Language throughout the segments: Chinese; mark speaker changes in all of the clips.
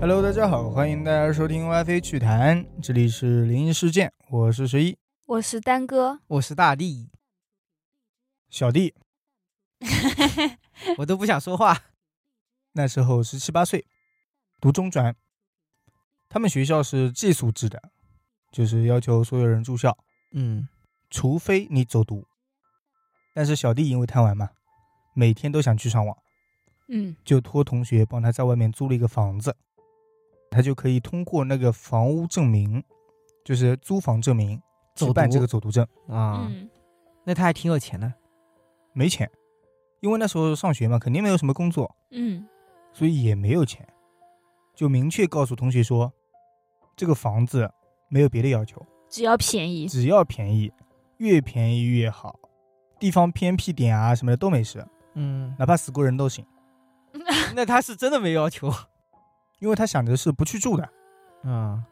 Speaker 1: Hello，大家好，欢迎大家收听 WiFi 趣谈，这里是灵异事件，我是十一
Speaker 2: 我是丹 哥，
Speaker 3: 我是大力，
Speaker 1: 小弟，
Speaker 3: 我都不想说话。
Speaker 1: 那时候十七八岁，读中专。他们学校是寄宿制的，就是要求所有人住校，
Speaker 3: 嗯，
Speaker 1: 除非你走读。但是小弟因为贪玩嘛，每天都想去上网，
Speaker 2: 嗯，
Speaker 1: 就托同学帮他在外面租了一个房子，他就可以通过那个房屋证明，就是租房证明，去
Speaker 3: 走
Speaker 1: 办
Speaker 3: 读
Speaker 1: 这个走读证。
Speaker 3: 啊，
Speaker 2: 嗯，
Speaker 3: 那他还挺有钱的。
Speaker 1: 没钱，因为那时候上学嘛，肯定没有什么工作，
Speaker 2: 嗯，
Speaker 1: 所以也没有钱，就明确告诉同学说，这个房子没有别的要求，
Speaker 2: 只要便宜，
Speaker 1: 只要便宜，越便宜越好，地方偏僻点啊什么的都没事，
Speaker 3: 嗯，
Speaker 1: 哪怕死过人都行，
Speaker 3: 那他是真的没要 求。
Speaker 1: 因为他想着是不去住的，
Speaker 3: 嗯，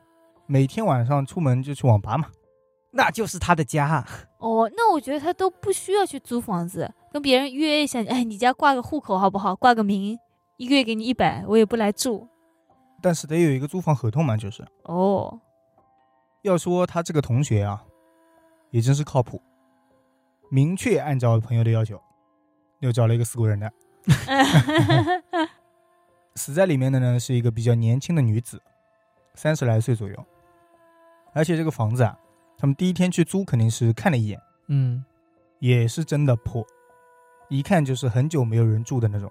Speaker 1: 每天晚上出门就去网吧嘛，
Speaker 3: 那就是他的家。啊
Speaker 2: 哦，那我觉得他都不需要去租房子，跟别人约一下，哎，你家挂个户口好不好？挂个名，一个月给你一百，我也不来住。
Speaker 1: 但是得有一个租房合同嘛，就是
Speaker 2: 哦，
Speaker 1: 要说他这个同学啊，也真是靠谱，明确按照朋友的要求，又找了一个死过人的。
Speaker 2: 哦
Speaker 1: 死在里面的呢是一个比较年轻的女子，三十来岁左右。而且这个房子啊，他们第一天去租肯定是看了一眼，
Speaker 3: 嗯，
Speaker 1: 也是真的破，一看就是很久没有人住的那种，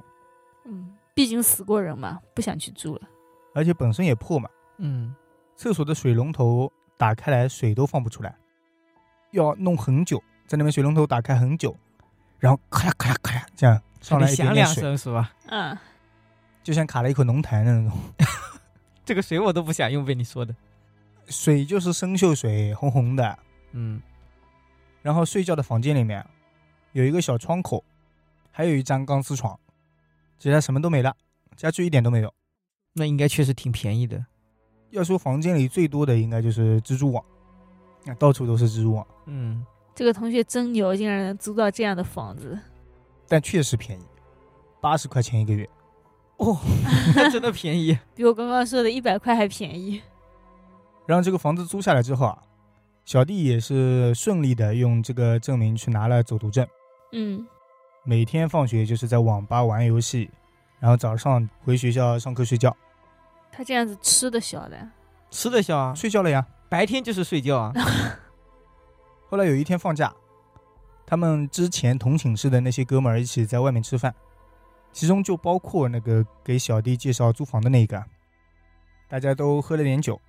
Speaker 2: 嗯，毕竟死过人嘛，不想去住了。
Speaker 1: 而且本身也破嘛，
Speaker 3: 嗯，
Speaker 1: 厕所的水龙头打开来水都放不出来，要弄很久，在那边水龙头打开很久，然后咔啦咔啦咔啦这样上
Speaker 3: 还
Speaker 1: 来
Speaker 3: 得
Speaker 1: 一点
Speaker 3: 响
Speaker 1: 点
Speaker 3: 两
Speaker 1: 水，
Speaker 3: 声是吧？
Speaker 2: 嗯，
Speaker 1: 就像卡了一口浓痰的那种。
Speaker 3: 这个水我都不想用，被你说的。
Speaker 1: 水就是生锈水，红红的，
Speaker 3: 嗯
Speaker 1: 然后睡觉的房间里面有一个小窗口，还有一张钢丝床，其他什么都没了，家具一点都没有。
Speaker 3: 那应该确实挺便宜的。
Speaker 1: 要说房间里最多的应该就是蜘蛛网，那到处都是蜘蛛网，
Speaker 3: 嗯，
Speaker 2: 这个同学真牛，竟然能租到这样的房子。
Speaker 1: 但确实便宜，八十块钱一个月。
Speaker 3: 哦， 那真的便 宜。
Speaker 2: 比我刚刚说的一百块还便宜。
Speaker 1: 然后这个房子租下来之后啊，小弟也是顺利的用这个证明去拿了走读证，
Speaker 2: 嗯，
Speaker 1: 每天放学就是在网吧玩游戏，然后早上回学校上课睡觉，
Speaker 2: 他这样子吃的 小的，
Speaker 3: 吃得消啊，
Speaker 1: 睡觉了呀。
Speaker 3: 白天就是睡觉啊。
Speaker 1: 后来有一天放假，他们之前同寝室的那些哥们儿一起在外面吃饭，其中就包括那个给小弟介绍租房的那个。大家都喝了点酒，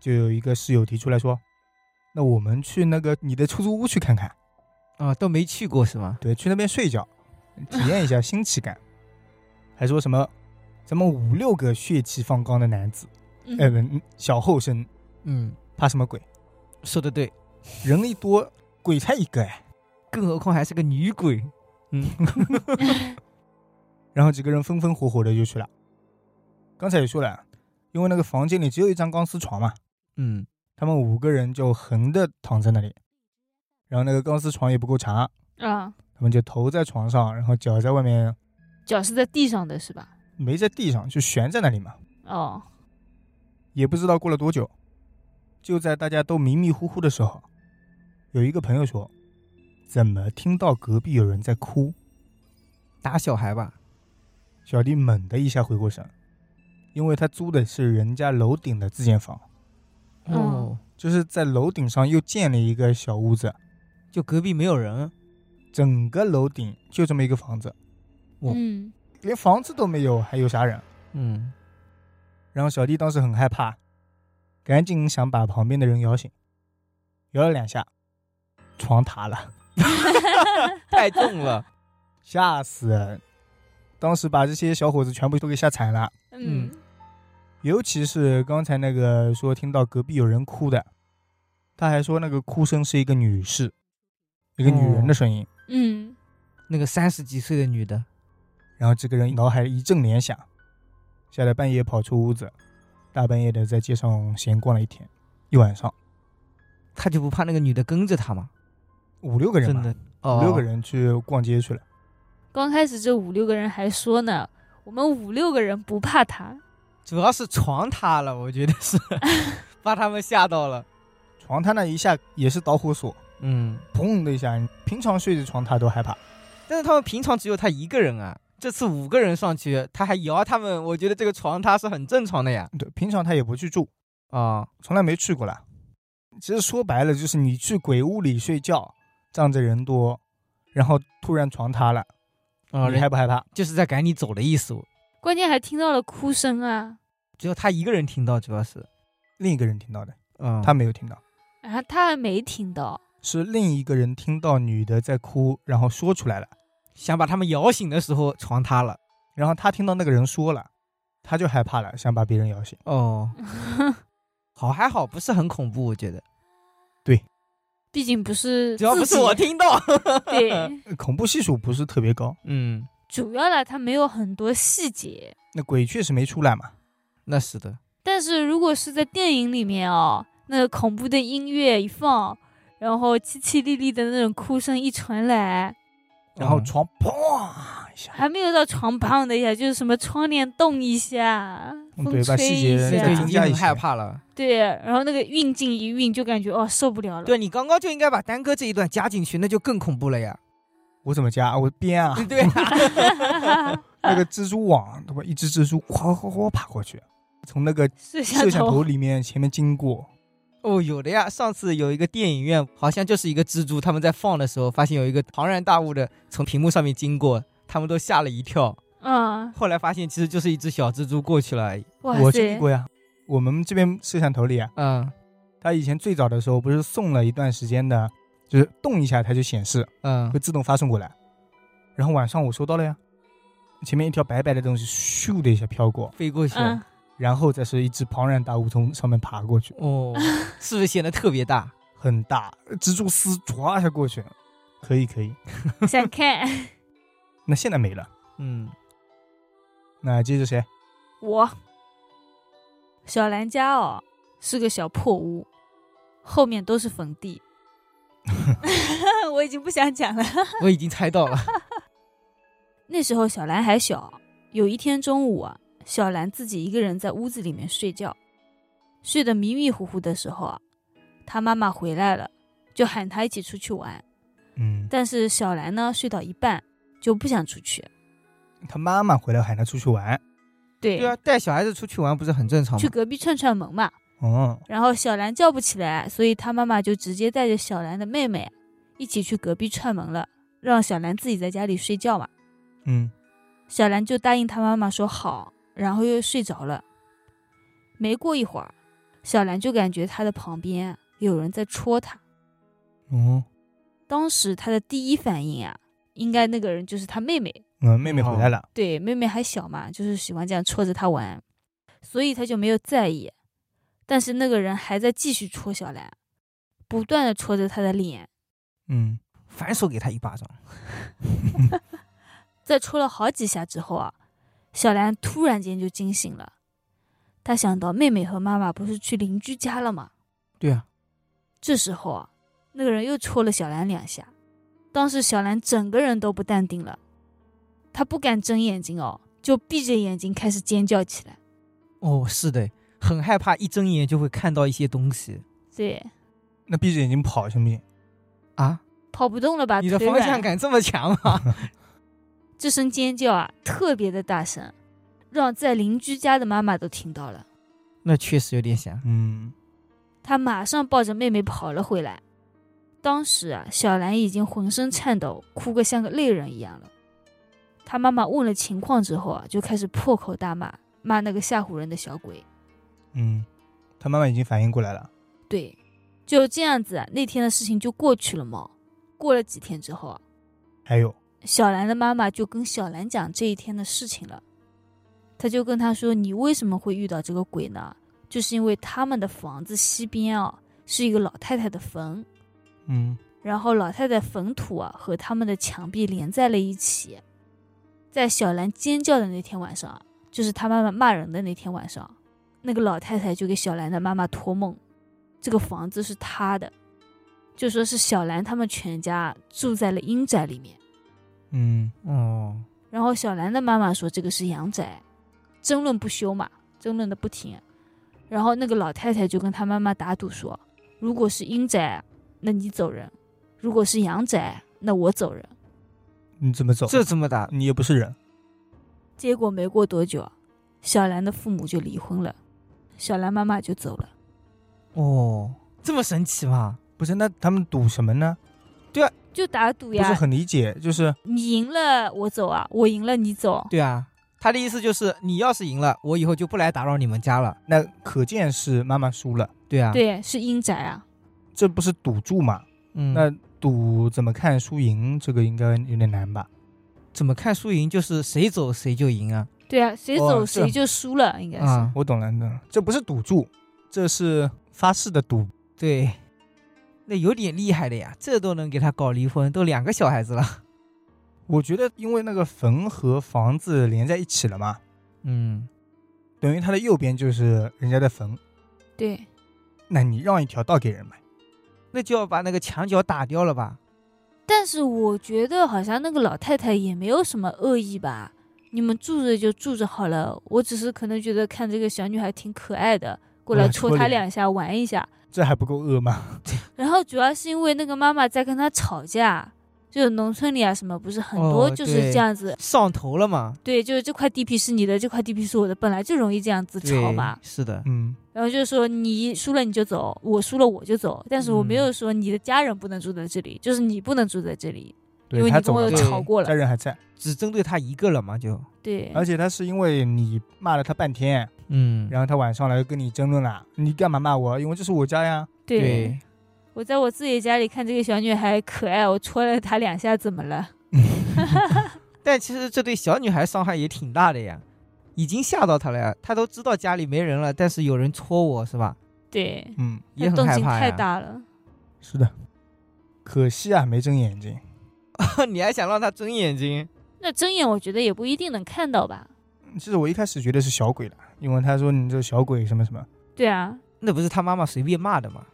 Speaker 1: 就有一个室友提出来说：“那我们去那个你的出租屋去看看，
Speaker 3: 啊，都没去过是吗？
Speaker 1: 对，去那边睡一觉，体验一下新奇感。”还说什么咱们五六个血气方刚的男子，
Speaker 2: 嗯
Speaker 1: 哎、不，小后生
Speaker 3: 嗯，
Speaker 1: 怕什么鬼？
Speaker 3: 说的对，
Speaker 1: 人一多，鬼才一个哎。
Speaker 3: 更何况还是个女鬼。嗯
Speaker 1: 然后几个人风风火火的就去了。刚才也说了，因为那个房间里只有一张钢丝床嘛，
Speaker 3: 嗯，
Speaker 1: 他们五个人就横的躺在那里，然后那个钢丝床也不够长，
Speaker 2: 啊，
Speaker 1: 他们就头在床上，然后脚在外面，
Speaker 2: 脚是在地上的是吧？
Speaker 1: 没在地上，就悬在那里嘛。
Speaker 2: 哦，
Speaker 1: 也不知道过了多久，就在大家都迷迷糊糊的时候，有一个朋友说：“怎么听到隔壁有人在哭
Speaker 3: 打小孩吧。？”
Speaker 1: 小弟猛地一下回过神，因为他租的是人家楼顶的自建房。
Speaker 2: 嗯
Speaker 3: 哦，
Speaker 1: 就是在楼顶上又建了一个小屋子，
Speaker 3: 就隔壁没有人。
Speaker 1: 整个楼顶就这么一个房子，
Speaker 3: 我
Speaker 2: 嗯，
Speaker 1: 连房子都没有，还有啥人？
Speaker 3: 嗯，
Speaker 1: 然后小弟当时很害怕，赶紧想把旁边的人摇醒，摇了两下，床塌了，
Speaker 3: 太重了。
Speaker 1: 吓死人！当时把这些小伙子全部都给吓惨了，
Speaker 2: 嗯，
Speaker 1: 尤其是刚才那个说听到隔壁有人哭的，他还说那个哭声是一个女士，一个女人的声音。
Speaker 2: 嗯，
Speaker 3: 那个三十几岁的女的，
Speaker 1: 然后这个人脑海一阵联想，吓得半夜跑出屋子，大半夜的在街上闲逛了一天，一晚上
Speaker 3: 他就不怕那个女的跟着他吗？
Speaker 1: 五六个人
Speaker 3: 真
Speaker 1: 吧，
Speaker 3: 的，哦，
Speaker 1: 五六个，人去逛街去了。
Speaker 2: 刚开始这五六个人还说呢，我们五六个人不怕他，
Speaker 3: 主要是床塌了，我觉得 是把他们吓到了。
Speaker 1: 床榻那一下也是导火索，
Speaker 3: 嗯，
Speaker 1: 砰的一下，平常睡着床榻都害怕。
Speaker 3: 但是他们平常只有他一个人啊，这次五个人上去，他还摇他们，我觉得这个床塌是很正常的呀。
Speaker 1: 对，平常他也不去住，
Speaker 3: 啊、
Speaker 1: 从来没去过啦。其实说白了，就是你去鬼屋里睡觉，仗着人多，然后突然床塌了，
Speaker 3: 啊、
Speaker 1: 你害
Speaker 3: 人
Speaker 1: 不害怕？
Speaker 3: 就是在赶你走的意思。
Speaker 2: 关键还听到了哭声啊！
Speaker 3: 只有他一个人听到，主要是，
Speaker 1: 另一个人听到的，
Speaker 3: 嗯，
Speaker 1: 他没有听到，
Speaker 2: 然后啊他还没听到，
Speaker 1: 是另一个人听到女的在哭，然后说出来了，
Speaker 3: 想把他们摇醒的时候，床塌了。
Speaker 1: 然后他听到那个人说了，他就害怕了，想把别人摇醒。
Speaker 3: 哦，好还好，不是很恐怖，我觉得，
Speaker 2: 毕竟不是
Speaker 3: 只要不
Speaker 2: 自
Speaker 3: 是
Speaker 2: 己
Speaker 3: 我听到，
Speaker 2: 对，
Speaker 1: 呃恐怖系数不是特别高，
Speaker 3: 嗯，
Speaker 2: 主要呢，它没有很多细节。
Speaker 1: 那鬼确实没出来嘛。
Speaker 3: 那是的，
Speaker 2: 但是如果是在电影里面哦，那个恐怖的音乐一放，然后凄凄厉厉的那种哭声一传来，
Speaker 1: 然后
Speaker 3: 嗯
Speaker 1: 床砰一下，
Speaker 2: 还没有到床旁的一下，就是什么窗帘动一下，
Speaker 1: 嗯
Speaker 2: 风
Speaker 1: 对把
Speaker 2: 吹
Speaker 1: 细
Speaker 2: 一
Speaker 1: 节
Speaker 2: 下，
Speaker 1: 再增
Speaker 3: 这就
Speaker 1: 加
Speaker 3: 已经
Speaker 1: 一些
Speaker 3: 很害怕了。
Speaker 2: 对，然后那个运镜一运，就感觉哦受不了了。
Speaker 3: 对你刚刚就应该把丹哥这一段加进去，那就更恐怖了呀。
Speaker 1: 我怎么加？我编啊，
Speaker 2: 嗯
Speaker 3: 对呀、
Speaker 1: 那个蜘蛛网，他妈一只蜘蛛哗哗哗爬过去，从那个
Speaker 2: 摄像
Speaker 1: 摄像
Speaker 2: 头
Speaker 1: 头里面前面经过，
Speaker 3: 哦，有的呀。上次有一个电影院，好像就是一个蜘蛛，他们在放的时候，发现有一个庞然大物的从屏幕上面经过，他们都吓了一跳。
Speaker 2: 嗯，
Speaker 3: 后来发现其实就是一只小蜘蛛过去了而已。
Speaker 2: 哇
Speaker 1: 我经历
Speaker 2: 塞，
Speaker 1: 过呀。我们这边摄像头里啊，
Speaker 3: 嗯
Speaker 1: 它以前最早的时候不是送了一段时间的，就是动一下它就显示，
Speaker 3: 嗯
Speaker 1: 会，自动发送过来。然后晚上我收到了呀，前面一条白白的东西咻的一下飘过，
Speaker 3: 飞过去了。
Speaker 2: 嗯，
Speaker 1: 然后再是一只庞然大物从上面爬过去，
Speaker 3: 哦，是不是显得特别大？
Speaker 1: 很大，蜘蛛丝唰一下过去，可以可以。
Speaker 2: 想 看
Speaker 1: 那现在没了，
Speaker 3: 嗯，
Speaker 1: 那接着谁？
Speaker 2: 我小兰家哦，是个小破屋，后面都是坟 地。 我已经不想讲了。
Speaker 3: 我已经猜到了。
Speaker 2: 那时候小兰还小，有一天中午啊，小兰自己一个人在屋子里面睡觉，睡得迷迷糊糊的时候啊，她妈妈回来了，就喊她一起出去玩。
Speaker 1: 嗯，
Speaker 2: 但是小兰呢，睡到一半就不想出去。
Speaker 1: 他妈妈回来喊他出去玩。
Speaker 2: 对
Speaker 3: 对啊，带小孩子出去玩不是很正常
Speaker 2: 去
Speaker 3: 吗？
Speaker 2: 隔壁串串门嘛。
Speaker 1: 嗯，
Speaker 2: 然后小兰叫不起来，所以她妈妈就直接带着小兰的妹妹一起去隔壁串门了，让小兰自己在家里睡觉嘛。
Speaker 1: 嗯，
Speaker 2: 小兰就答应她妈妈说好，然后又睡着了。没过一会儿，小兰就感觉她的旁边有人在戳她。
Speaker 1: 哦，
Speaker 2: 当时她的第一反应啊，应该那个人就是她妹妹，
Speaker 1: 嗯，妹妹回来了，
Speaker 2: 对，妹妹还小嘛，就是喜欢这样戳着她玩，所以她就没有在意。但是那个人还在继续戳小兰，不断的戳着她的脸，
Speaker 1: 嗯，
Speaker 3: 反手给他一巴掌。
Speaker 2: 在戳了好几下之后啊，小兰突然间就惊醒了。她想到妹妹和妈妈不是去邻居家了吗？
Speaker 3: 对啊，
Speaker 2: 这时候啊，那个人又戳了小兰两下。当时小兰整个人都不淡定了，她不敢睁眼睛哦，就闭着眼睛开始尖叫起来。
Speaker 3: 哦，是的，很害怕，一睁眼就会看到一些东西
Speaker 2: 对，
Speaker 1: 那闭着眼睛跑行不行？
Speaker 3: 啊。
Speaker 2: 跑不动了吧？
Speaker 3: 你的
Speaker 2: 腿
Speaker 3: 方
Speaker 2: 软
Speaker 3: 向感这么强啊吗？
Speaker 2: 这声尖叫啊，特别的大声，让在邻居家的妈妈都听到了。
Speaker 3: 那确实有点像。
Speaker 1: 嗯，
Speaker 2: 她马上抱着妹妹跑了回来。当时啊，小兰已经浑身颤抖，哭个像个泪人一样了。她妈妈问了情况之后啊，就开始破口大骂，骂那个吓唬人的小鬼。
Speaker 1: 嗯，他妈妈已经反应过来了，
Speaker 2: 对，就这样子啊，那天的事情就过去了嘛。过了几天之后啊，
Speaker 1: 还有，
Speaker 2: 小兰的妈妈就跟小兰讲这一天的事情了，她就跟她说：“你为什么会遇到这个鬼呢？就是因为他们的房子西边啊是一个老太太的坟，
Speaker 1: 嗯，
Speaker 2: 然后老太太坟土啊和他们的墙壁连在了一起。在小兰尖叫的那天晚上啊，就是她妈妈骂人的那天晚上，那个老太太就给小兰的妈妈托梦，这个房子是她的，就说是小兰他们全家住在了阴宅里面。”
Speaker 1: 嗯，
Speaker 3: 哦，
Speaker 2: 然后小兰的妈妈说这个是阳宅，争论不休嘛。争论的不停。然后那个老太太就跟她妈妈打赌说，如果是阴宅，那你走人；如果是阳宅，那我走人。
Speaker 1: 你怎么走？
Speaker 3: 这怎么打？
Speaker 1: 你也不是人，
Speaker 2: 结果没过多久，小兰的父母就离婚了，小兰妈妈就走了。
Speaker 3: 哦，这么神奇吗？
Speaker 1: 不是？那他们赌什么呢？
Speaker 2: 就打赌
Speaker 1: 不是
Speaker 2: 呀，
Speaker 1: 很理解，就是
Speaker 2: 你赢了我走啊，我赢了你走。
Speaker 3: 对啊，他的意思就是你要是赢了，我以后就不来打扰你们家了。
Speaker 1: 那可见是妈妈输了，
Speaker 3: 对啊，，
Speaker 2: 对，是阴宅啊。
Speaker 1: 这不是赌注嘛？
Speaker 3: 嗯，
Speaker 1: 那赌怎么看输赢？这个应该有点难吧？
Speaker 3: 怎么看输赢就是谁走谁就赢啊？
Speaker 2: 对啊，谁
Speaker 1: 哦
Speaker 2: 走
Speaker 1: 是
Speaker 2: 谁就输了，应该是。
Speaker 3: 啊、
Speaker 1: 我懂了，懂了，这不是赌注，这是发誓的赌。
Speaker 3: 对，那有点厉害的呀，这都能给他搞离婚，都两个小孩子了。
Speaker 1: 我觉得，因为那个坟和房子连在一起了嘛，
Speaker 3: 嗯，
Speaker 1: 等于它的右边就是人家的坟，
Speaker 2: 对，
Speaker 1: 那你让一条道给人呗。
Speaker 3: 那就要把那个墙角打掉了吧？
Speaker 2: 但是我觉得好像那个老太太也没有什么恶意吧。你们住着就住着好了，我只是可能觉得看这个小女孩挺可爱的，过来
Speaker 1: 啊
Speaker 2: 戳
Speaker 1: 戳
Speaker 2: 她
Speaker 1: 脸
Speaker 2: 两下玩一下。
Speaker 1: 这还不够恶吗？
Speaker 2: 然后主要是因为那个妈妈在跟她吵架，就是农村里啊什么不是很多
Speaker 3: 哦
Speaker 2: 就是
Speaker 3: 对
Speaker 2: 这样子，
Speaker 3: 上头了嘛？
Speaker 2: 对，就是这块地皮是你的，这块地皮是我的，本来就容易这样子吵
Speaker 3: 对
Speaker 2: 嘛。
Speaker 3: 是的，
Speaker 1: 嗯，
Speaker 2: 然后就是说你输了你就走，我输了我就走，但是我没
Speaker 3: 嗯
Speaker 2: 有说你的家人不能住在这里，就是你不能住在这里，因
Speaker 1: 对
Speaker 2: 为
Speaker 1: 他
Speaker 2: 你跟
Speaker 1: 走
Speaker 2: 我
Speaker 1: 了
Speaker 2: 有
Speaker 1: 嘛，
Speaker 2: 吵过
Speaker 1: 家
Speaker 2: 了。
Speaker 1: 人还在，
Speaker 3: 只针对他一个了嘛？就，
Speaker 2: 对，
Speaker 1: 而且他是因为你骂了他半天，
Speaker 3: 嗯，
Speaker 1: 然后他晚上来跟你争论了，你干嘛骂我？因为这是我家呀。
Speaker 2: 对我在我自己家里看这个小女孩可爱，我戳了她两下，怎么了？
Speaker 3: 但其实这对小女孩伤害也挺大的呀，已经吓到她了呀。她都知道家里没人了，但是有人戳我是吧？
Speaker 2: 对，
Speaker 1: 嗯，
Speaker 3: 也
Speaker 2: 她
Speaker 3: 很
Speaker 2: 动
Speaker 3: 害
Speaker 2: 静
Speaker 3: 怕
Speaker 2: 太
Speaker 3: 呀。
Speaker 2: 大了。
Speaker 1: 是的，可惜啊，没睁眼睛。
Speaker 3: 你还想让她睁眼睛？
Speaker 2: 那睁眼我觉得也不一定能看到吧？
Speaker 1: 其实我一开始觉得是小鬼了，因为他说你这小鬼什么什么，
Speaker 2: 对啊，
Speaker 3: 那不是她妈妈随便骂的吗？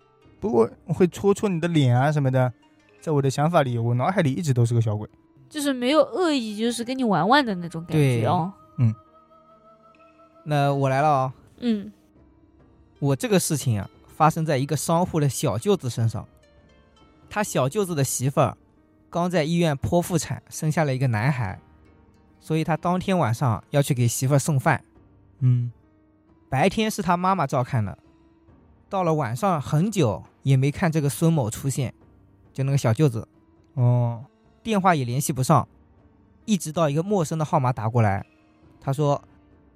Speaker 1: 不过会戳戳你的脸啊什么的，在我的想法里，我脑海里一直都是个小鬼。
Speaker 2: 就是没有恶意，就是跟你玩玩的那种感
Speaker 3: 对
Speaker 2: 觉哦。
Speaker 3: 那我来了哦。
Speaker 2: 嗯，
Speaker 3: 我这个事情啊，发生在一个商户的小舅子身上。他小舅子的媳妇儿刚在医院剖腹产，生下了一个男孩，所以他当天晚上要去给媳妇儿送饭。
Speaker 1: 嗯，
Speaker 3: 白天是他妈妈照看的，到了晚上很久也没看这个孙某出现，就那个小舅子，
Speaker 1: 哦，
Speaker 3: 电话也联系不上，一直到一个陌生的号码打过来，他说：“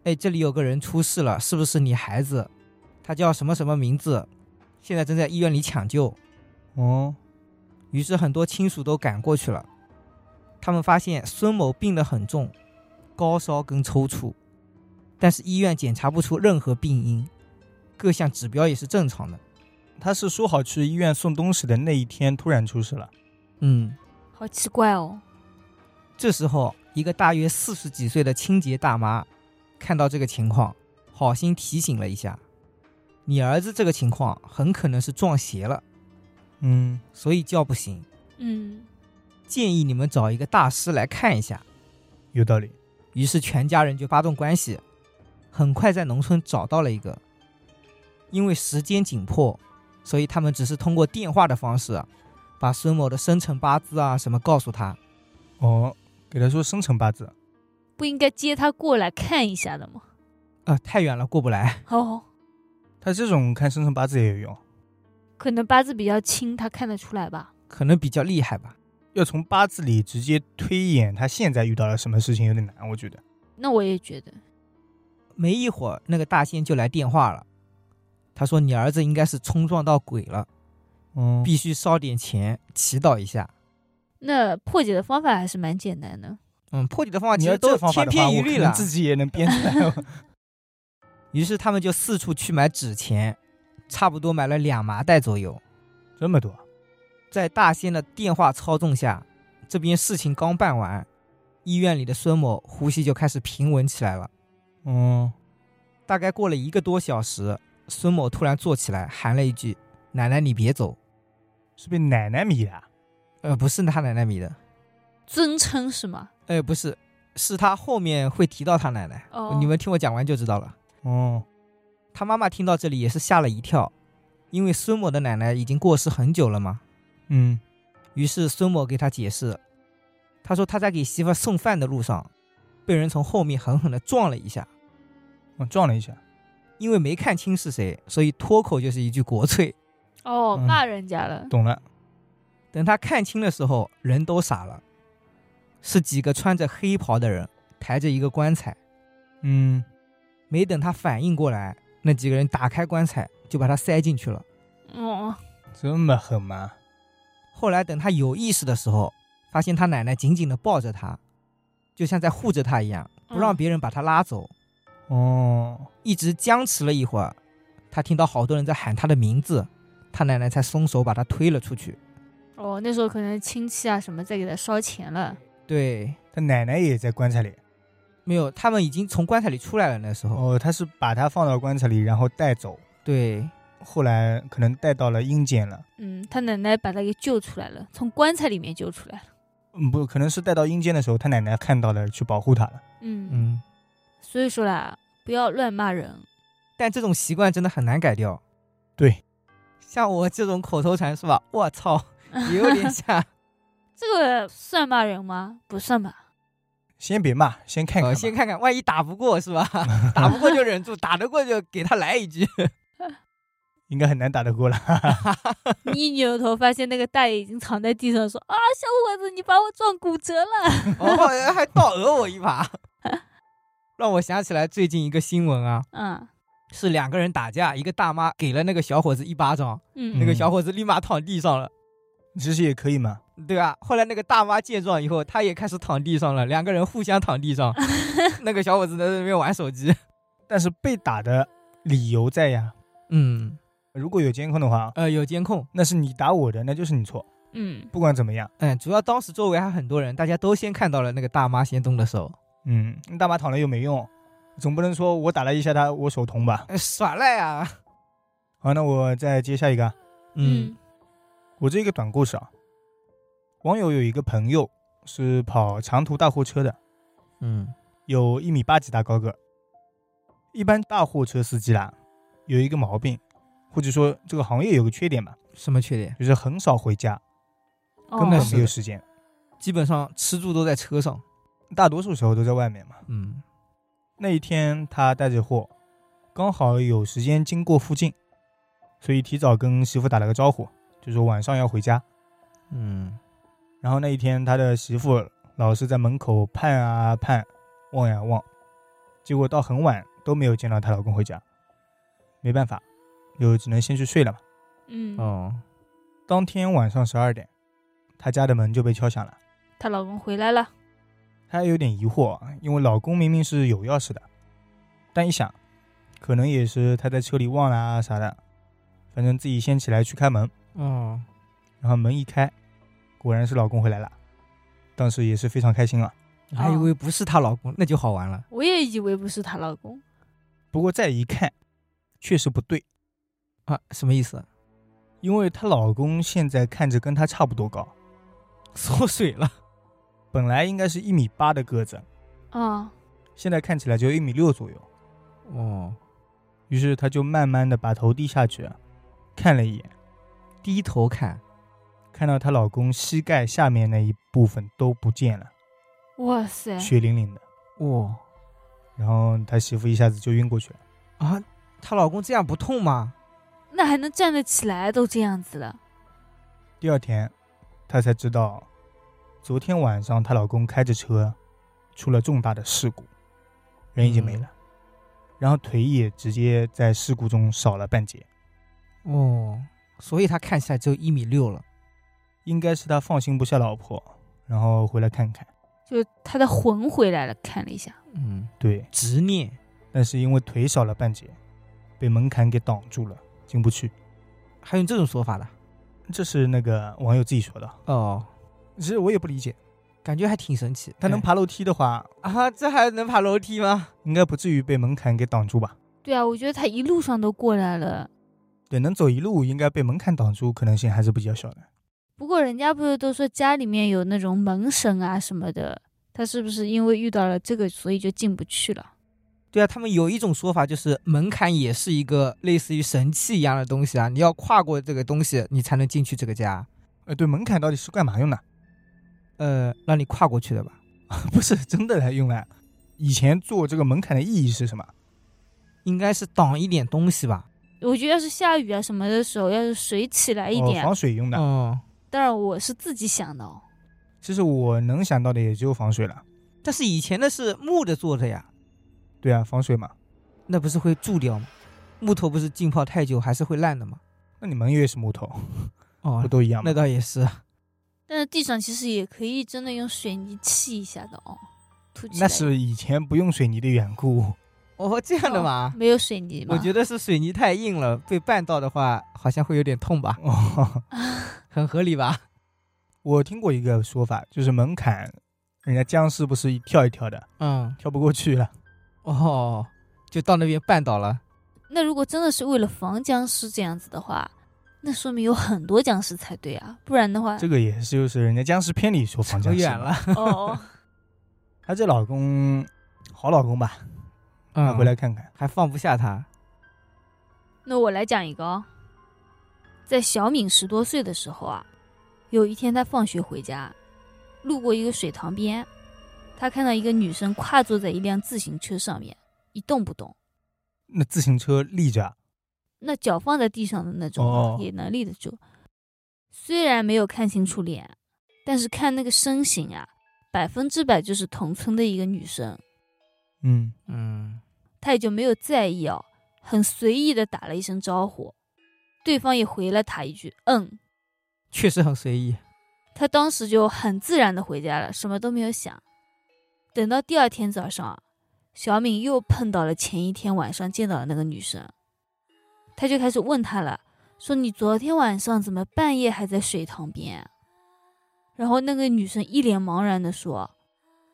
Speaker 3: 哎，这里有个人出事了，是不是你孩子？他叫什么什么名字？现在正在医院里抢救。”
Speaker 1: 哦，
Speaker 3: 于是很多亲属都赶过去了。他们发现孙某病得很重，高烧跟抽搐，但是医院检查不出任何病因，各项指标也是正常的。
Speaker 1: 他是说好去医院送东西的那一天突然出事了。
Speaker 3: 嗯，
Speaker 2: 好奇怪哦。
Speaker 3: 这时候一个大约四十几岁的清洁大妈看到这个情况，好心提醒了一下：“你儿子这个情况很可能是撞邪了，
Speaker 1: 嗯，
Speaker 3: 所以叫不醒，
Speaker 2: 嗯，
Speaker 3: 建议你们找一个大师来看一下。”
Speaker 1: 有道理。
Speaker 3: 于是全家人就发动关系，很快在农村找到了一个。因为时间紧迫，所以他们只是通过电话的方式啊，把孙某的生辰八字啊什么告诉他。
Speaker 1: 哦，给他说生辰八字。
Speaker 2: 不应该接她过来看一下的吗？
Speaker 3: 呃，太远了，过不来。
Speaker 2: 哦，
Speaker 1: 他这种看生辰八字也有用，
Speaker 2: 可能八字比较轻，她看得出来吧。
Speaker 3: 可能比较厉害吧。
Speaker 1: 要从八字里直接推演他现在遇到了什么事情有点难，我觉得。
Speaker 2: 那我也觉得，
Speaker 3: 没一会儿，那个大仙就来电话了，他说：“你儿子应该是冲撞到鬼了，
Speaker 1: 嗯
Speaker 3: 必须烧点钱祈祷一下。”
Speaker 2: 那破解的方法还是蛮简单的。
Speaker 3: 嗯，破解的方法
Speaker 1: 你
Speaker 3: 其
Speaker 1: 要
Speaker 3: 实
Speaker 1: 这
Speaker 3: 都
Speaker 1: 方法
Speaker 3: 千
Speaker 1: 的话，
Speaker 3: 篇
Speaker 1: 我
Speaker 3: 一
Speaker 1: 可
Speaker 3: 律
Speaker 1: 能
Speaker 3: 了。
Speaker 1: 自己也能编出 来。哦
Speaker 3: 于是他们就四处去买纸钱，差不多买了两麻袋左右。
Speaker 1: 这么多，
Speaker 3: 在大仙的电话操纵下，这边事情刚办完，医院里的孙某呼吸就开始平稳起来了。
Speaker 1: 嗯，
Speaker 3: 大概过了一个多小时，孙某突然坐起来，喊了一句：“奶奶，你别走。
Speaker 1: 是被奶奶迷的啊。”
Speaker 3: 呃，不是他奶奶迷的，
Speaker 2: 尊称是吗？
Speaker 3: 呃，不是，是他后面会提到他奶奶。
Speaker 2: 哦
Speaker 3: 你们听我讲完就知道了。
Speaker 1: 哦，
Speaker 3: 他妈妈听到这里也是吓了一跳，因为孙某的奶奶已经过世很久了嘛。
Speaker 1: 嗯，
Speaker 3: 于是孙某给他解释，他说他在给媳妇儿送饭的路上，被人从后面狠狠地撞了一下，
Speaker 1: 我撞了一下。
Speaker 3: 因为没看清是谁，所以脱口就是一句国粹。
Speaker 2: 哦，
Speaker 1: 嗯
Speaker 2: 骂人家了，
Speaker 1: 懂了，
Speaker 3: 等他看清的时候，人都傻了，是几个穿着黑袍的人抬着一个棺材。
Speaker 1: 嗯，
Speaker 3: 没等他反应过来，那几个人打开棺材就把他塞进去了。
Speaker 2: 嗯，
Speaker 1: 这么狠吗？
Speaker 3: 后来等他有意识的时候，发现他奶奶紧紧地抱着他，就像在护着他一样，不让
Speaker 2: 嗯
Speaker 3: 别人把他拉走。
Speaker 1: 哦，
Speaker 3: 一直僵持了一会儿，他听到好多人在喊他的名字，他奶奶才松手把他推了出去。
Speaker 2: 哦，那时候可能亲戚啊什么在给他烧钱了，
Speaker 3: 对，
Speaker 1: 他奶奶也在棺材里。
Speaker 3: 没有，他们已经从棺材里出来了。那时候，
Speaker 1: 哦，他是把他放到棺材里，然后带走，
Speaker 3: 对，
Speaker 1: 后来可能带到了阴间了。
Speaker 2: 嗯，他奶奶把他给救出来了，从棺材里面救出来了，
Speaker 1: 嗯，不可能是带到阴间的时候，他奶奶看到了去保护他了。
Speaker 2: 嗯，
Speaker 3: 嗯，
Speaker 2: 所以说啦，不要乱骂人，
Speaker 3: 但这种习惯真的很难改掉。
Speaker 1: 对，
Speaker 3: 像我这种口头禅是吧？我操，也有点像。
Speaker 2: 这个算骂人吗？不算吧，
Speaker 1: 先别骂，先看看吧、
Speaker 3: 呃，先看看，万一打不过是吧？ 打不过就忍住，打得过就给他来一句。
Speaker 1: 应该很难打得过了。
Speaker 2: 你一扭头发现那个大爷已经躺在地上，说啊，小伙子，你把我撞骨折了，
Speaker 3: 哦，还倒讹我一把，让我想起来最近一个新闻啊，
Speaker 2: 嗯
Speaker 3: 是两个人打架，一个大妈给了那个小伙子一巴掌，那
Speaker 2: 嗯
Speaker 3: 个小伙子立马躺地上了，
Speaker 1: 其实也可以嘛，
Speaker 3: 对吧？后来那个大妈见状以后，她也开始躺地上了，两个人互相躺地上，那个小伙子在那边玩手机。
Speaker 1: 但是被打的理由在呀。
Speaker 3: 嗯，
Speaker 1: 如果有监控的话，
Speaker 3: 呃，有监控，
Speaker 1: 那是你打我的，那就是你错。
Speaker 2: 嗯，
Speaker 1: 不管怎么样，
Speaker 3: 嗯，主要当时周围还很多人，大家都先看到了那个大妈先动的手，
Speaker 1: 嗯，大妈躺了又没用，总不能说我打了一下她，我手疼吧？
Speaker 3: 呃耍赖啊。
Speaker 1: 好，那我再接下一个啊。
Speaker 2: 嗯
Speaker 1: 我这个短故事啊，网友有一个朋友是跑长途大货车的，
Speaker 3: 嗯
Speaker 1: 有一米八几大高个。一般大货车司机啦，有一个毛病，或者说这个行业有个缺点吧，
Speaker 3: 什么缺点？
Speaker 1: 就是很少回家，
Speaker 2: 哦
Speaker 1: 根本
Speaker 3: 嗯是
Speaker 1: 没
Speaker 3: 的
Speaker 1: 有时间，
Speaker 3: 基本上吃住都在车上。
Speaker 1: 大多数时候都在外面嘛。
Speaker 3: 嗯
Speaker 1: 那一天他带着货，刚好有时间经过附近，所以提早跟媳妇打了个招呼，就说晚上要回家。
Speaker 3: 嗯，
Speaker 1: 然后那一天他的媳妇老是在门口盼啊盼，望呀望，结果到很晚都没有见到她老公回家。没办法，就只能先去睡了嘛。
Speaker 2: 嗯，
Speaker 3: 哦，
Speaker 1: 当天晚上十二点，她家的门就被敲响了。
Speaker 2: 她老公回来了，
Speaker 1: 她有点疑惑啊，因为老公明明是有钥匙的，但一想，可能也是她在车里忘了啊啥的，反正自己先起来去开门，
Speaker 3: 哦，
Speaker 1: 然后门一开，果然是老公回来了，当时也是非常开心啊。
Speaker 3: 你还以为不是她老公，那就好玩了。
Speaker 2: 我也以为不是她老公，
Speaker 1: 不过再一看，确实不对，
Speaker 3: 啊，什么意思？
Speaker 1: 因为她老公现在看着跟她差不多高，
Speaker 3: 缩水了。
Speaker 1: 本来应该是一米八的个子，
Speaker 2: 啊，
Speaker 1: 现在看起来只有一米六左右。
Speaker 3: 哦，
Speaker 1: 于是她就慢慢的把头低下去，看了一眼，
Speaker 3: 低头看，
Speaker 1: 看到她老公膝盖下面那一部分都不见了，
Speaker 2: 哇塞，
Speaker 1: 血淋淋的。
Speaker 3: 哦
Speaker 1: 然后她媳妇一下子就晕过去了。
Speaker 3: 啊，她老公这样不痛吗？
Speaker 2: 那还能站得起来都这样子了，
Speaker 1: 第二天，她才知道，昨天晚上她老公开着车出了重大的事故，人已经没了，然后腿也直接在事故中少了半截，
Speaker 3: 哦，所以她看起来只有一米六了。
Speaker 1: 应该是他放心不下老婆，然后回来看看。
Speaker 2: 就她的魂回来了，看了一下，
Speaker 3: 嗯，
Speaker 1: 对，
Speaker 3: 执念。
Speaker 1: 但是因为腿少了半截，被门槛给挡住了，进不去。
Speaker 3: 还有这种说法的？
Speaker 1: 这是那个网友自己说的，
Speaker 3: 哦，
Speaker 1: 其实我也不理解，
Speaker 3: 感觉还挺神奇。
Speaker 1: 他能爬楼梯的话，
Speaker 3: 哎啊？这还能爬楼梯吗？
Speaker 1: 应该不至于被门槛给挡住吧？
Speaker 2: 对啊，我觉得她一路上都过来了，
Speaker 1: 对，能走一路，应该被门槛挡住可能性还是比较小的。
Speaker 2: 不过人家不是都说家里面有那种门神啊什么的，她是不是因为遇到了这个，所以就进不去了？
Speaker 3: 对啊，他们有一种说法就是门槛也是一个类似于神器一样的东西啊，你要跨过这个东西，你才能进去这个家。
Speaker 1: 呃，对，门槛到底是干嘛用的？
Speaker 3: 呃，让你跨过去的吧？
Speaker 1: 不是真的来用来。以前做这个门槛的意义是什么？
Speaker 3: 应该是挡一点东西吧？
Speaker 2: 我觉得要是下雨啊什么的时候，要是水起来一
Speaker 1: 哦、
Speaker 2: 点，
Speaker 1: 防水用的。
Speaker 3: 嗯，
Speaker 2: 当然我是自己想的哦。
Speaker 1: 其实我能想到的也只有防水了。
Speaker 3: 但是以前的是木的做的呀，
Speaker 1: 对啊，防水嘛。
Speaker 3: 那不是会蛀掉吗？木头不是浸泡太久还是会烂的吗？
Speaker 1: 那你门也是木头，
Speaker 3: 哦
Speaker 1: 不，都一样吗
Speaker 3: 那？倒也是，
Speaker 2: 但是地上其实也可以真的用水泥砌一下的哦，凸起来。
Speaker 1: 那是以前不用水泥的缘故。
Speaker 3: 哦，这样的嘛。
Speaker 2: 没有水泥吗？
Speaker 3: 我觉得是水泥太硬了，被绊到的话好像会有点痛吧，
Speaker 1: 哦，
Speaker 3: 很合理吧？
Speaker 1: 我听过一个说法，就是门槛，人家僵尸不是一跳一跳的，
Speaker 3: 嗯，
Speaker 1: 跳不过去了。
Speaker 3: 哦，就到那边绊倒了。
Speaker 2: 那如果真的是为了防僵尸这样子的话，那说明有很多僵尸才对啊，不然的话，
Speaker 1: 这个也是，就是人家僵尸片里说防
Speaker 3: 扯
Speaker 1: 僵尸
Speaker 3: 远
Speaker 1: 嘛
Speaker 3: 了。
Speaker 2: 哦，
Speaker 1: 她这老公，好老公吧？
Speaker 3: 嗯，
Speaker 1: 回来看看。
Speaker 3: 还放不下他。
Speaker 2: 那我来讲一个哦。在小敏十多岁的时候啊，有一天她放学回家，路过一个水塘边，她看到一个女生跨坐在一辆自行车上面，一动不动，
Speaker 1: 那自行车立着，
Speaker 2: 那脚放在地上的那种啊、
Speaker 1: 哦
Speaker 2: 也能立得住。虽然没有看清楚脸，但是看那个身形啊，百分之百就是同村的一个女生。
Speaker 1: 嗯，
Speaker 3: 嗯，
Speaker 2: 他也就没有在意哦，很随意的打了一声招呼，对方也回了他一句“嗯
Speaker 3: 确实很随意。”，
Speaker 2: 他当时就很自然的回家了，什么都没有想。等到第二天早上啊，小敏又碰到了前一天晚上见到的那个女生，他就开始问她了，说：“你昨天晚上怎么半夜还在水塘边啊？”然后那个女生一脸茫然的说：“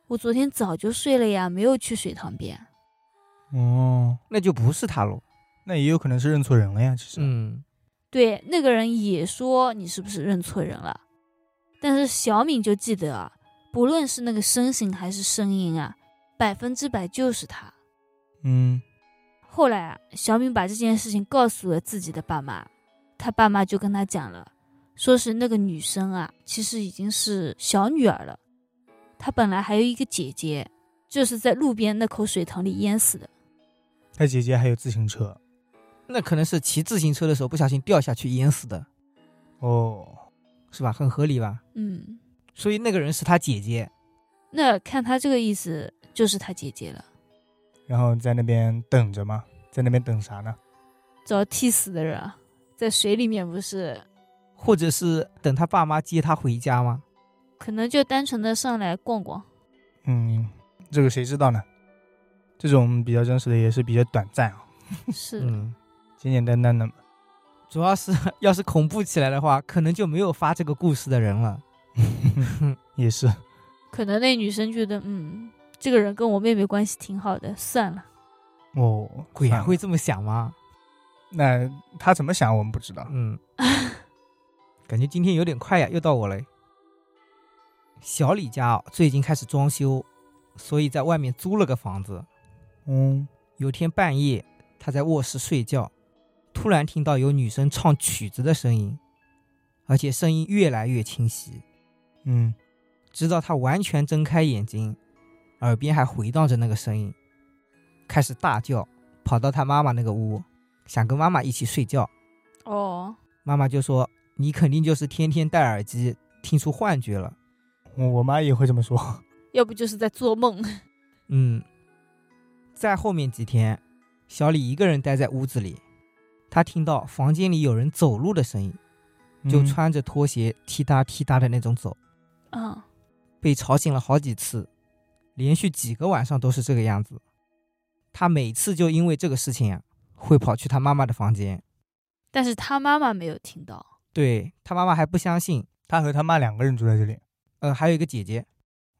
Speaker 2: 我昨天早就睡了呀，没有去水塘边。”
Speaker 1: 哦，
Speaker 3: 那就不是他喽。
Speaker 1: 那也有可能是认错人了呀。其实，
Speaker 3: 嗯，
Speaker 2: 对，那个人也说你是不是认错人了？但是小敏就记得啊，不论是那个身形还是声音啊，百分之百就是他。
Speaker 1: 嗯，
Speaker 2: 后来啊，小敏把这件事情告诉了自己的爸妈，他爸妈就跟他讲了，说是那个女生啊，其实已经是小女儿了，她本来还有一个姐姐，就是在路边那口水塘里淹死的。
Speaker 1: 她姐姐还有自行车。
Speaker 3: 那可能是骑自行车的时候不小心掉下去淹死的，
Speaker 1: 哦，
Speaker 3: 是吧？很合理吧？
Speaker 2: 嗯，
Speaker 3: 所以那个人是他姐姐。
Speaker 2: 那看他这个意思，就是他姐姐了，
Speaker 1: 然后在那边等着嘛，在那边等啥呢？
Speaker 2: 找替死的人啊，在水里面不是
Speaker 3: 或者是等他爸妈接他回家吗？
Speaker 2: 可能就单纯的上来逛逛。
Speaker 1: 嗯，这个谁知道呢？这种比较真实的也是比较短暂啊，
Speaker 2: 是，
Speaker 3: 嗯，
Speaker 1: 简简单单的嘛。
Speaker 3: 主要是 要是恐怖起来的话，可能就没有发这个故事的人了。
Speaker 1: 也是，
Speaker 2: 可能那女生觉得，嗯，这个人跟我妹妹关系挺好的，算了。
Speaker 1: 哦，
Speaker 3: 鬼还
Speaker 1: 算了
Speaker 3: 会这么想吗？
Speaker 1: 那他怎么想我们不知道。
Speaker 3: 嗯，感觉今天有点快呀，又到我了。小李家哦，最近开始装修，所以在外面租了个房子。
Speaker 1: 嗯，
Speaker 3: 有天半夜，他在卧室睡觉，突然听到有女生唱曲子的声音，而且声音越来越清晰，
Speaker 1: 嗯，
Speaker 3: 直到他完全睁开眼睛，耳边还回荡着那个声音，开始大叫，跑到他妈妈那个屋，想跟妈妈一起睡觉。
Speaker 2: 哦，
Speaker 3: 妈妈就说：“你肯定就是天天戴耳机听出幻觉了。
Speaker 1: 我我妈也会这么 说。
Speaker 2: 要不就是在做梦。”
Speaker 3: 嗯，在后面几天，小李一个人待在屋子里，他听到房间里有人走路的声音，就
Speaker 1: 嗯
Speaker 3: 穿着拖鞋踢哒踢哒的那种走，
Speaker 2: 嗯，
Speaker 3: 被吵醒了好几次，连续几个晚上都是这个样子。他每次就因为这个事情啊，会跑去他妈妈的房间，
Speaker 2: 但是他妈妈没有听到。
Speaker 3: 对他妈妈还不相信。
Speaker 1: 他和他妈两个人住在这里。
Speaker 3: 呃，还有一个姐姐，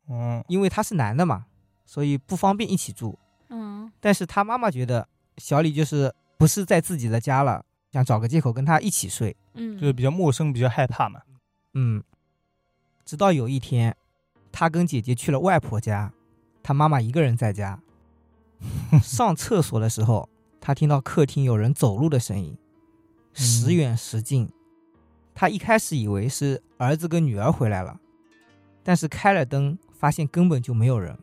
Speaker 1: 嗯，
Speaker 3: 因为他是男的嘛，所以不方便一起住。
Speaker 2: 嗯，
Speaker 3: 但是他妈妈觉得小李就是不是在自己的家了，想找个借口跟他一起睡。
Speaker 2: 嗯，
Speaker 1: 就是比较陌生，比较害怕嘛。
Speaker 3: 嗯，直到有一天，他跟姐姐去了外婆家，他妈妈一个人在家。上厕所的时候，他听到客厅有人走路的声音，时远时近。他一开始以为是儿子跟女儿回来了，但是开了灯，发现根本就没有人，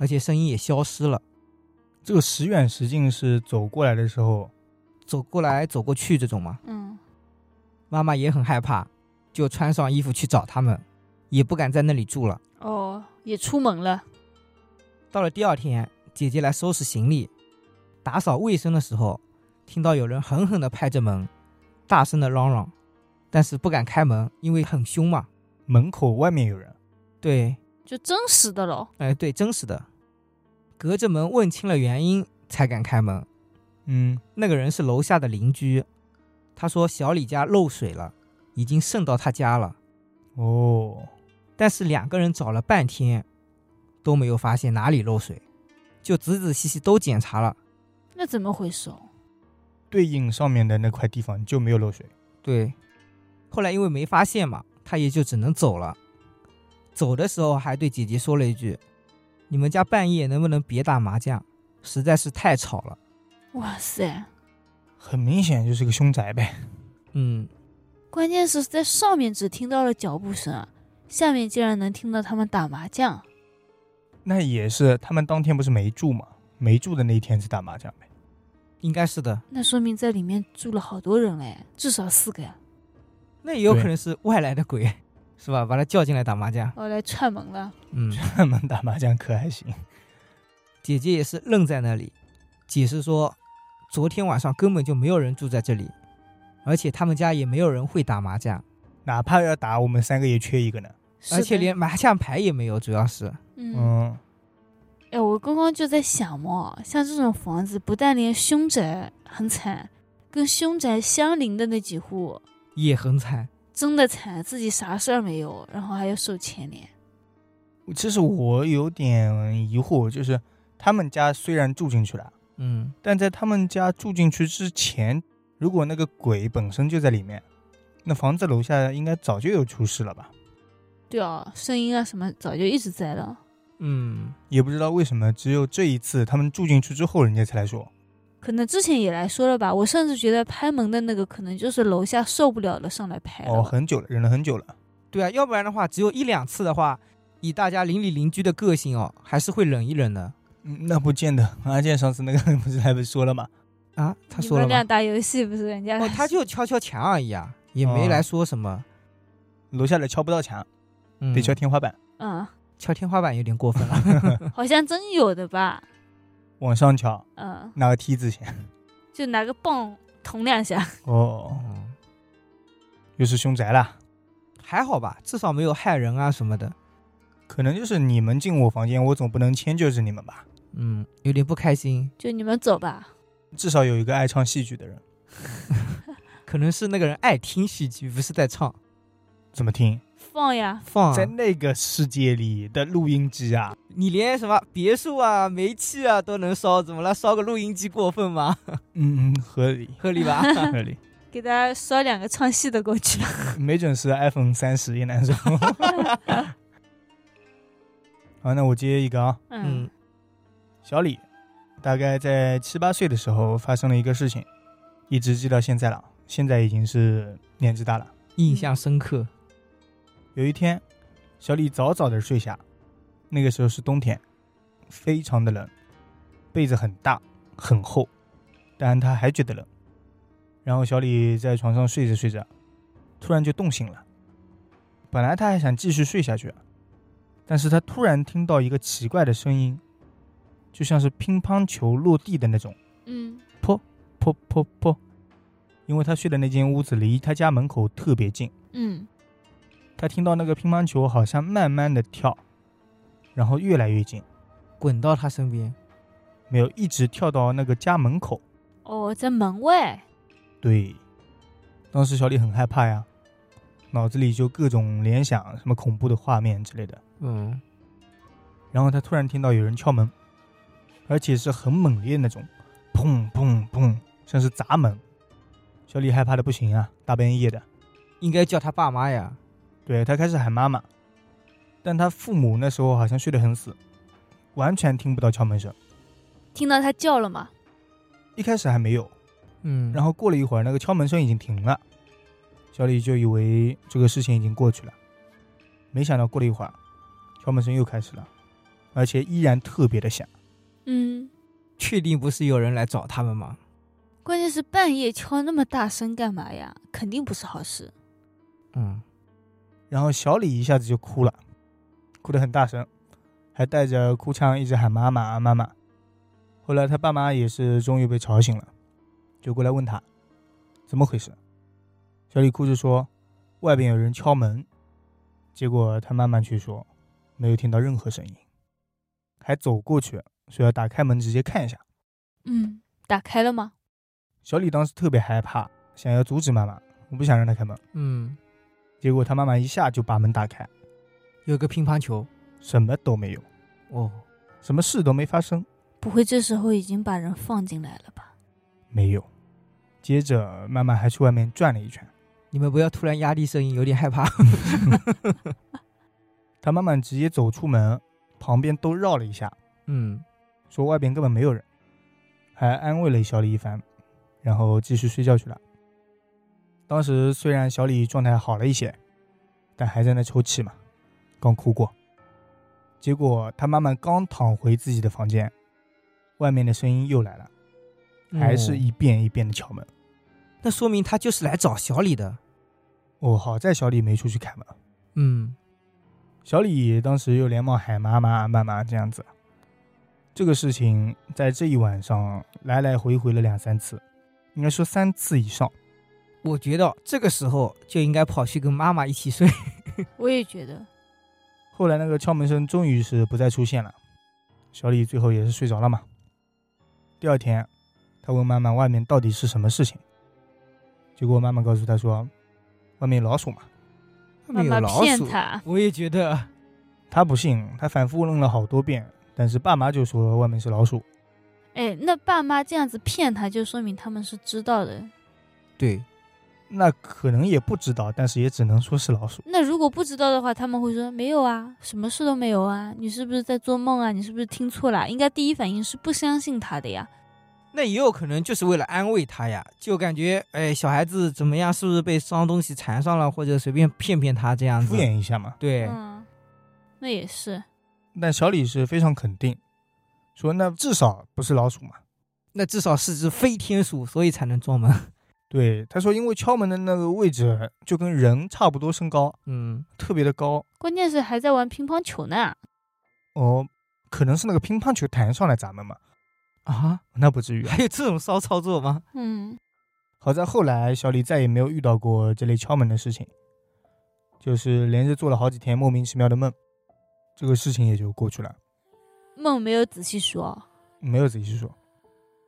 Speaker 3: 而且声音也消失了。
Speaker 1: 这个时远时近是走过来的时候，
Speaker 3: 走过来走过去这种嘛，
Speaker 2: 嗯，
Speaker 3: 妈妈也很害怕，就穿上衣服去找他们，也不敢在那里住了。
Speaker 2: 哦，也出门了，
Speaker 3: 到了第二天，姐姐来收拾行李、打扫卫生的时候，听到有人狠狠地拍着门，大声地嚷嚷，但是不敢开门，因为很凶嘛。
Speaker 1: 门口外面有人，
Speaker 3: 对，
Speaker 2: 就真实的喽。
Speaker 3: 哎，对，真实的。隔着门问清了原因，才敢开门。
Speaker 1: 嗯，
Speaker 3: 那个人是楼下的邻居，他说小李家漏水了，已经渗到他家了。
Speaker 1: 哦，
Speaker 3: 但是两个人找了半天，都没有发现哪里漏水，就仔仔细细都检查了。
Speaker 2: 那怎么回事？哦？
Speaker 1: 对应上面的那块地方就没有漏水。
Speaker 3: 对，后来因为没发现嘛，他也就只能走了。走的时候还对姐姐说了一句：“你们家半夜能不能别打麻将，实在是太吵了。
Speaker 2: 哇塞，
Speaker 1: 很明显就是个凶宅呗。”
Speaker 3: 嗯，
Speaker 2: 关键是在上面只听到了脚步声，啊下面竟然能听到他们打麻将。
Speaker 1: 那也是，他们当天不是没住嘛，没住的那一天是打麻将呗。
Speaker 3: 应该是的。
Speaker 2: 那说明在里面住了好多人嘞，至少四个呀，
Speaker 3: 那也有可
Speaker 1: 对
Speaker 3: 能是外来的鬼，是吧？把他叫进来打麻将。
Speaker 2: 我哦来串门了。
Speaker 3: 嗯，
Speaker 1: 他们打麻将可还行？
Speaker 3: 姐姐也是愣在那里，解释说，昨天晚上根本就没有人住在这里，而且他们家也没有人会打麻将，
Speaker 1: 哪怕要打，我们三个也缺一个呢。
Speaker 2: 是
Speaker 3: 而且
Speaker 2: 的
Speaker 3: 连麻将牌也没有，主要是
Speaker 2: 嗯，
Speaker 1: 嗯，
Speaker 2: 哎，我刚刚就在想嘛，像这种房子，不但连凶宅很惨，跟凶宅相邻的那几户
Speaker 3: 也很惨。
Speaker 2: 真的惨，自己啥事儿没有，然后还要受牵连。
Speaker 1: 嗯其实我有点疑惑，就是他们家虽然住进去了，
Speaker 3: 嗯，
Speaker 1: 但在他们家住进去之前，如果那个鬼本身就在里面，那房子楼下应该早就有出事了吧？
Speaker 2: 对啊，声音啊什么早就一直在了。
Speaker 3: 嗯，
Speaker 1: 也不知道为什么，只有这一次他们住进去之后，人家才来说。
Speaker 2: 可能之前也来说了吧，我甚至觉得拍门的那个可能就是楼下受不了了上来拍
Speaker 1: 哦，
Speaker 2: 了吧。
Speaker 1: 很久了，忍了很久了。
Speaker 3: 对啊，要不然的话，只有一两次的话，以大家邻里邻居的个性哦，还是会忍一忍的
Speaker 1: 嗯，那不见得。阿健上次那个 不是还不是说了吗？
Speaker 3: 啊。他
Speaker 2: 你
Speaker 3: 说了
Speaker 2: 们俩
Speaker 3: 吗？
Speaker 2: 打游戏不是人家？
Speaker 3: 哦，他就敲敲墙而已啊，也没
Speaker 1: 哦
Speaker 3: 来说什么。
Speaker 1: 楼下的敲不到墙，
Speaker 3: 嗯，
Speaker 1: 得敲天花板。
Speaker 2: 嗯，
Speaker 3: 敲天花板有点过 分了。
Speaker 2: 好像真有的吧？
Speaker 1: 往上敲，
Speaker 2: 嗯，
Speaker 1: 拿个梯子先。
Speaker 2: 就拿个棒捅两 下。
Speaker 1: 哦，
Speaker 3: 嗯
Speaker 1: 又是凶宅啦，
Speaker 3: 还好吧，至少没有害人啊什么的。
Speaker 1: 可能就是你们进我房间，我总不能迁就着你们吧？
Speaker 3: 嗯，有点不开心，
Speaker 2: 就你们走吧。
Speaker 1: 至少有一个爱唱戏剧的人，
Speaker 3: 可能是那个人爱听戏剧，不是在唱
Speaker 1: 怎么听？
Speaker 2: 放呀，
Speaker 3: 放啊、
Speaker 1: 在那个世界里的录音机啊，
Speaker 3: 你连什么别墅啊、煤气啊都能烧，怎么了？烧个录音机过分吗？
Speaker 1: 嗯，嗯，合理
Speaker 3: 合理吧？
Speaker 1: 合理，
Speaker 2: 给大家捎两个唱戏的过 去。
Speaker 1: 没准是 iPhone 三十也难受。 好，那我接一个啊，
Speaker 2: 嗯
Speaker 3: 嗯，
Speaker 1: 小李，大概在七八岁的时候发生了一个事情，一直记到现在了，现在已经是年纪大了。
Speaker 3: 印象深刻。
Speaker 1: 有一天，小李早早的睡下，那个时候是冬天，非常的冷，被子很大很厚，但他还觉得冷。然后小李在床上睡着睡着，突然就冻醒了。本来他还想继续睡下去，啊但是他突然听到一个奇怪的声音，就像是乒乓球落地的那种。
Speaker 2: 嗯
Speaker 1: 噗噗噗，因为他睡的那间屋子离他家门口特别近，
Speaker 2: 嗯
Speaker 1: 他听到那个乒乓球好像慢慢的跳，然后越来越近，
Speaker 3: 滚到他身边，
Speaker 1: 没有一直跳到那个家门口。
Speaker 2: 哦，在门外。
Speaker 1: 对，当时小李很害怕呀，脑子里就各种联想什么恐怖的画面之类的。
Speaker 3: 嗯，
Speaker 1: 然后他突然听到有人敲门，而且是很猛烈那种，砰砰砰，像是砸门。小李害怕的不行啊，大半夜的。
Speaker 3: 应该叫他爸妈呀。
Speaker 1: 对他开始喊妈妈，但他父母那时候好像睡得很死，完全听不到敲门声。
Speaker 2: 听到他叫了嘛，
Speaker 1: 一开始还没有，
Speaker 3: 嗯，
Speaker 1: 然后过了一会儿，那个敲门声已经停了，小李就以为这个事情已经过去了，没想到过了一会儿，敲门声又开始了，而且依然特别的响。
Speaker 2: 嗯，
Speaker 3: 确定不是有人来找他们吗？
Speaker 2: 关键是半夜敲那么大声干嘛呀？肯定不是好事。
Speaker 3: 嗯，
Speaker 1: 然后小李一下子就哭了，哭得很大声，还带着哭腔一直喊妈妈妈妈。后来他爸妈也是终于被吵醒了，就过来问他怎么回事。小李哭着说外边有人敲门，结果他妈妈却说没有听到任何声音，还走过去说要打开门直接看一下。
Speaker 2: 嗯，打开了吗？
Speaker 1: 小李当时特别害怕，想要阻止妈妈，我不想让她开门。
Speaker 3: 嗯，
Speaker 1: 结果他妈妈一下就把门打开，
Speaker 3: 有个乒乓球，
Speaker 1: 什么都没有，
Speaker 3: 哦，
Speaker 1: 什么事都没发生。
Speaker 2: 不会这时候已经把人放进来了吧？
Speaker 1: 没有。接着，妈妈还去外面转了一圈。
Speaker 3: 你们不要突然压低声音，有点害怕。
Speaker 1: 她妈妈直接走出门，旁边都绕了一下，
Speaker 3: 嗯，
Speaker 1: 说外边根本没有人，还安慰了小李一番，然后继续睡觉去了。当时虽然小李状态好了一些，但还在那抽泣嘛，刚哭过。结果他妈妈刚躺回自己的房间，外面的声音又来了，还是
Speaker 3: 哦
Speaker 1: 一遍一遍的敲门。
Speaker 3: 那说明他就是来找小李的。
Speaker 1: 哦，好在小李没出去开门。
Speaker 3: 嗯，
Speaker 1: 小李当时又连忙喊妈妈、妈妈这样子。这个事情在这一晚上来来回回了两三次，应该说三次以上。
Speaker 3: 我觉得这个时候就应该跑去跟妈妈一起睡。
Speaker 2: 我也觉得，
Speaker 1: 后来那个敲门声终于是不再出现了，小李最后也是睡着了嘛。第二天，他问妈妈外面到底是什么事情，结果妈妈告诉他说，外面有老鼠嘛。
Speaker 2: 妈
Speaker 3: 有
Speaker 2: 妈
Speaker 3: 老
Speaker 2: 骗
Speaker 3: 鼠，
Speaker 2: 他，
Speaker 3: 我也觉得。
Speaker 1: 他不信，他反复问了好多遍，但是爸妈就说外面是老鼠。
Speaker 2: 哎，那爸妈这样子骗他，就说明他们是知道的。
Speaker 3: 对，
Speaker 1: 那可能也不知道，但是也只能说是老鼠。
Speaker 2: 那如果不知道的话，他们会说没有啊，什么事都没有啊，你是不是在做梦啊？你是不是听错了啊？应该第一反应是不相信他的呀。
Speaker 3: 那也有可能就是为了安慰他呀，就感觉哎，小孩子怎么样，是不是被伤东西缠上了，或者随便骗骗他这样
Speaker 1: 敷
Speaker 3: 子？
Speaker 1: 衍一下嘛。
Speaker 3: 对，
Speaker 2: 嗯，那也是。
Speaker 1: 但小李是非常肯定，说那至少不是老鼠嘛。
Speaker 3: 那至少是只飞天鼠，所以才能撞门。
Speaker 1: 对，他说因为敲门的那个位置就跟人差不多身高，
Speaker 3: 嗯，
Speaker 1: 特别的高
Speaker 2: 关键是还在玩乒乓球呢。
Speaker 1: 哦，可能是那个乒乓球弹上来砸门嘛，
Speaker 3: 啊，
Speaker 1: 那不至于啊。
Speaker 3: 还有这种骚操作吗？
Speaker 2: 嗯，
Speaker 1: 好在后来小李再也没有遇到过这类敲门的事情，就是连着做了好几天莫名其妙的梦，这个事情也就过去了，
Speaker 2: 梦没有仔细说。
Speaker 1: 没有仔细说。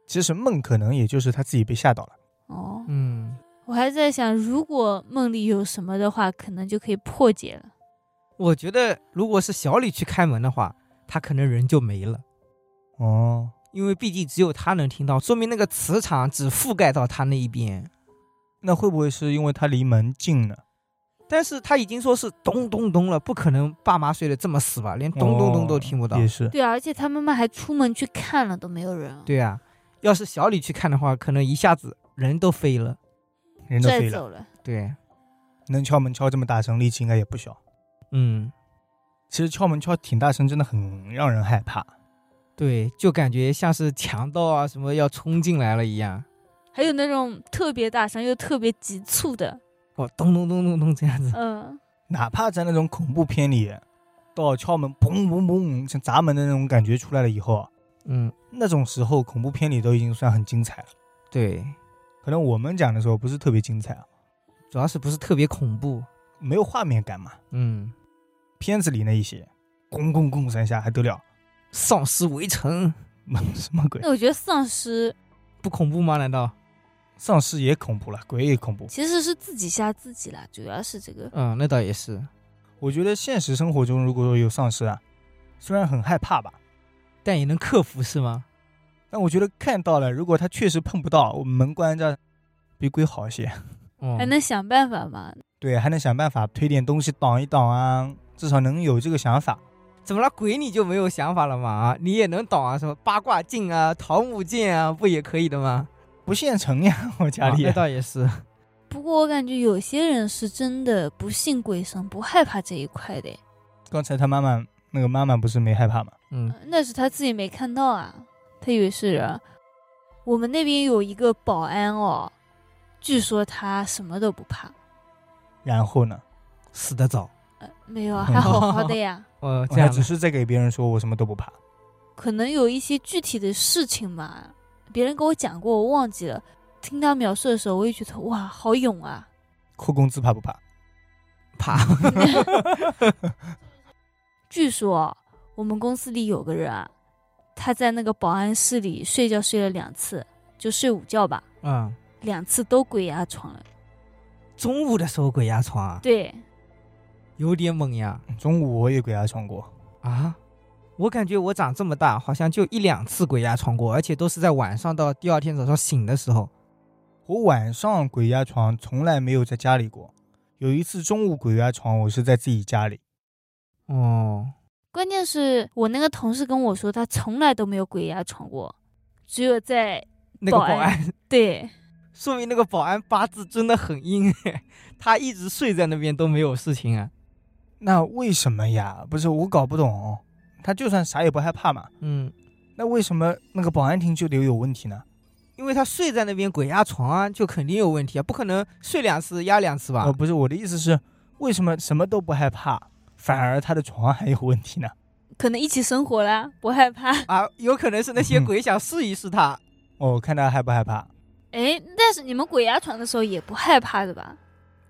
Speaker 1: 其实梦可能也就是他自己被吓到了。
Speaker 2: 哦，
Speaker 3: 嗯，
Speaker 2: 我还在想，如果梦里有什么的话，可能就可以破解了。
Speaker 3: 我觉得如果是小李去开门的话，他可能人就没了，
Speaker 1: 哦，
Speaker 3: 因为毕竟只有他能听到，说明那个磁场只覆盖到他那一边。
Speaker 1: 那会不会是因为他离门近呢？
Speaker 3: 但是他已经说是咚咚咚了，不可能爸妈睡得这么死吧？连咚咚咚都听不到。
Speaker 1: 哦也是。
Speaker 2: 对啊，而且他妈妈还出门去看了，都没有人。，
Speaker 3: 对啊，要是小李去看的话，可能一下子人都飞了。
Speaker 1: 人都
Speaker 2: 拽
Speaker 1: 飞了，
Speaker 2: 走了。
Speaker 3: 对，
Speaker 1: 能敲门敲这么大声，力气应该也不小。
Speaker 3: 嗯，
Speaker 1: 其实敲门敲挺大声，真的很让人害怕。
Speaker 3: 对，就感觉像是强盗啊什么要冲进来了一样。
Speaker 2: 还有那种特别大声又特别急促的，
Speaker 3: 哦，咚咚咚咚咚这样子。
Speaker 2: 嗯，
Speaker 1: 哪怕在那种恐怖片里，到敲门砰砰砰像砸门的那种感觉出来了以后，啊
Speaker 3: 嗯，
Speaker 1: 那种时候恐怖片里都已经算很精彩了。
Speaker 3: 对，
Speaker 1: 可能我们讲的时候不是特别精彩啊，
Speaker 3: 主要是不是特别恐怖。
Speaker 1: 没有画面感嘛。
Speaker 3: 嗯，
Speaker 1: 片子里那一些，咣咣咣三下还得了？
Speaker 3: 丧尸围城
Speaker 1: 什么鬼
Speaker 2: 那？我觉得丧尸
Speaker 3: 不恐怖吗？难道？
Speaker 1: 丧尸也恐怖了，鬼也恐怖。
Speaker 2: 其实是自己吓自己啦，主要是这个。
Speaker 3: 嗯，那倒也是。
Speaker 1: 我觉得现实生活中如果说有丧尸啊，虽然很害怕吧，
Speaker 3: 但也能克服是吗？
Speaker 1: 但我觉得看到了，如果他确实碰不到，我们门关着，比鬼好一些。
Speaker 3: 哦
Speaker 2: 还能想办法嘛？
Speaker 1: 对，还能想办法推点东西挡一挡啊，至少能有这个想法。
Speaker 3: 怎么了？鬼你就没有想法了吗？啊，你也能懂啊？什么八卦镜啊、桃木剑啊，不也可以的吗？
Speaker 1: 不现成呀， 我家里
Speaker 3: 啊那倒也是，
Speaker 2: 不过我感觉有些人是真的不信鬼神，不害怕这一块的诶，
Speaker 1: 刚才他妈妈那个妈妈不是没害怕吗？
Speaker 3: 嗯，
Speaker 2: 呃那是他自己没看到啊，他以为是人。我们那边有一个保安哦，据说他什么都不怕，
Speaker 1: 然后呢，
Speaker 3: 死得早。
Speaker 2: 呃，没有啊，还好好的呀。
Speaker 3: 哦，
Speaker 1: 我
Speaker 3: 这
Speaker 1: 还
Speaker 3: 样的
Speaker 1: 只是在给别人说我什么都不怕。
Speaker 2: 可能有一些具体的事情吧，别人跟我讲过，我忘记了。听他描述的时候，我也觉得哇，好勇啊！
Speaker 1: 扣工资怕不怕？
Speaker 3: 怕
Speaker 2: 据说我们公司里有个人啊，他在那个保安室里睡觉睡了两次，就睡午觉吧，
Speaker 3: 嗯，
Speaker 2: 两次都鬼压床了。
Speaker 3: 中午的时候鬼压床啊，
Speaker 2: 对，
Speaker 3: 有点猛呀
Speaker 1: 中午我也鬼压床过，
Speaker 3: 啊！我感觉我长这么大，好像就一两次鬼压床过，而且都是在晚上到第二天早上醒的时候。
Speaker 1: 我晚上鬼压床从来没有在家里过。有一次中午鬼压床，我是在自己家里。
Speaker 3: 哦，
Speaker 2: 关键是我那个同事跟我说，他从来都没有鬼压床过，只有在
Speaker 3: 那个
Speaker 2: 保
Speaker 3: 保
Speaker 2: 安
Speaker 3: 安，
Speaker 2: 对
Speaker 3: 说明那个保安八字真的很硬， 他一直睡在那边都没有事情啊。
Speaker 1: 那为什么呀？不是我搞不懂，他就算啥也不害怕嘛，
Speaker 3: 嗯，
Speaker 1: 那为什么那个保安亭就得有问题呢？
Speaker 3: 因为他睡在那边鬼压床啊，就肯定有问题啊，不可能睡两次压两次吧？
Speaker 1: 呃，不是我的意思是，为什么什么都不害怕，反而他的床还有问题呢？
Speaker 2: 可能一起生活啦，不害 怕。
Speaker 3: 啊，有可能是那些
Speaker 1: 嗯
Speaker 3: 鬼想试一试他。
Speaker 1: 哦，看他害不害怕。
Speaker 2: 哎，但是你们鬼压床的时候也不害怕的吧？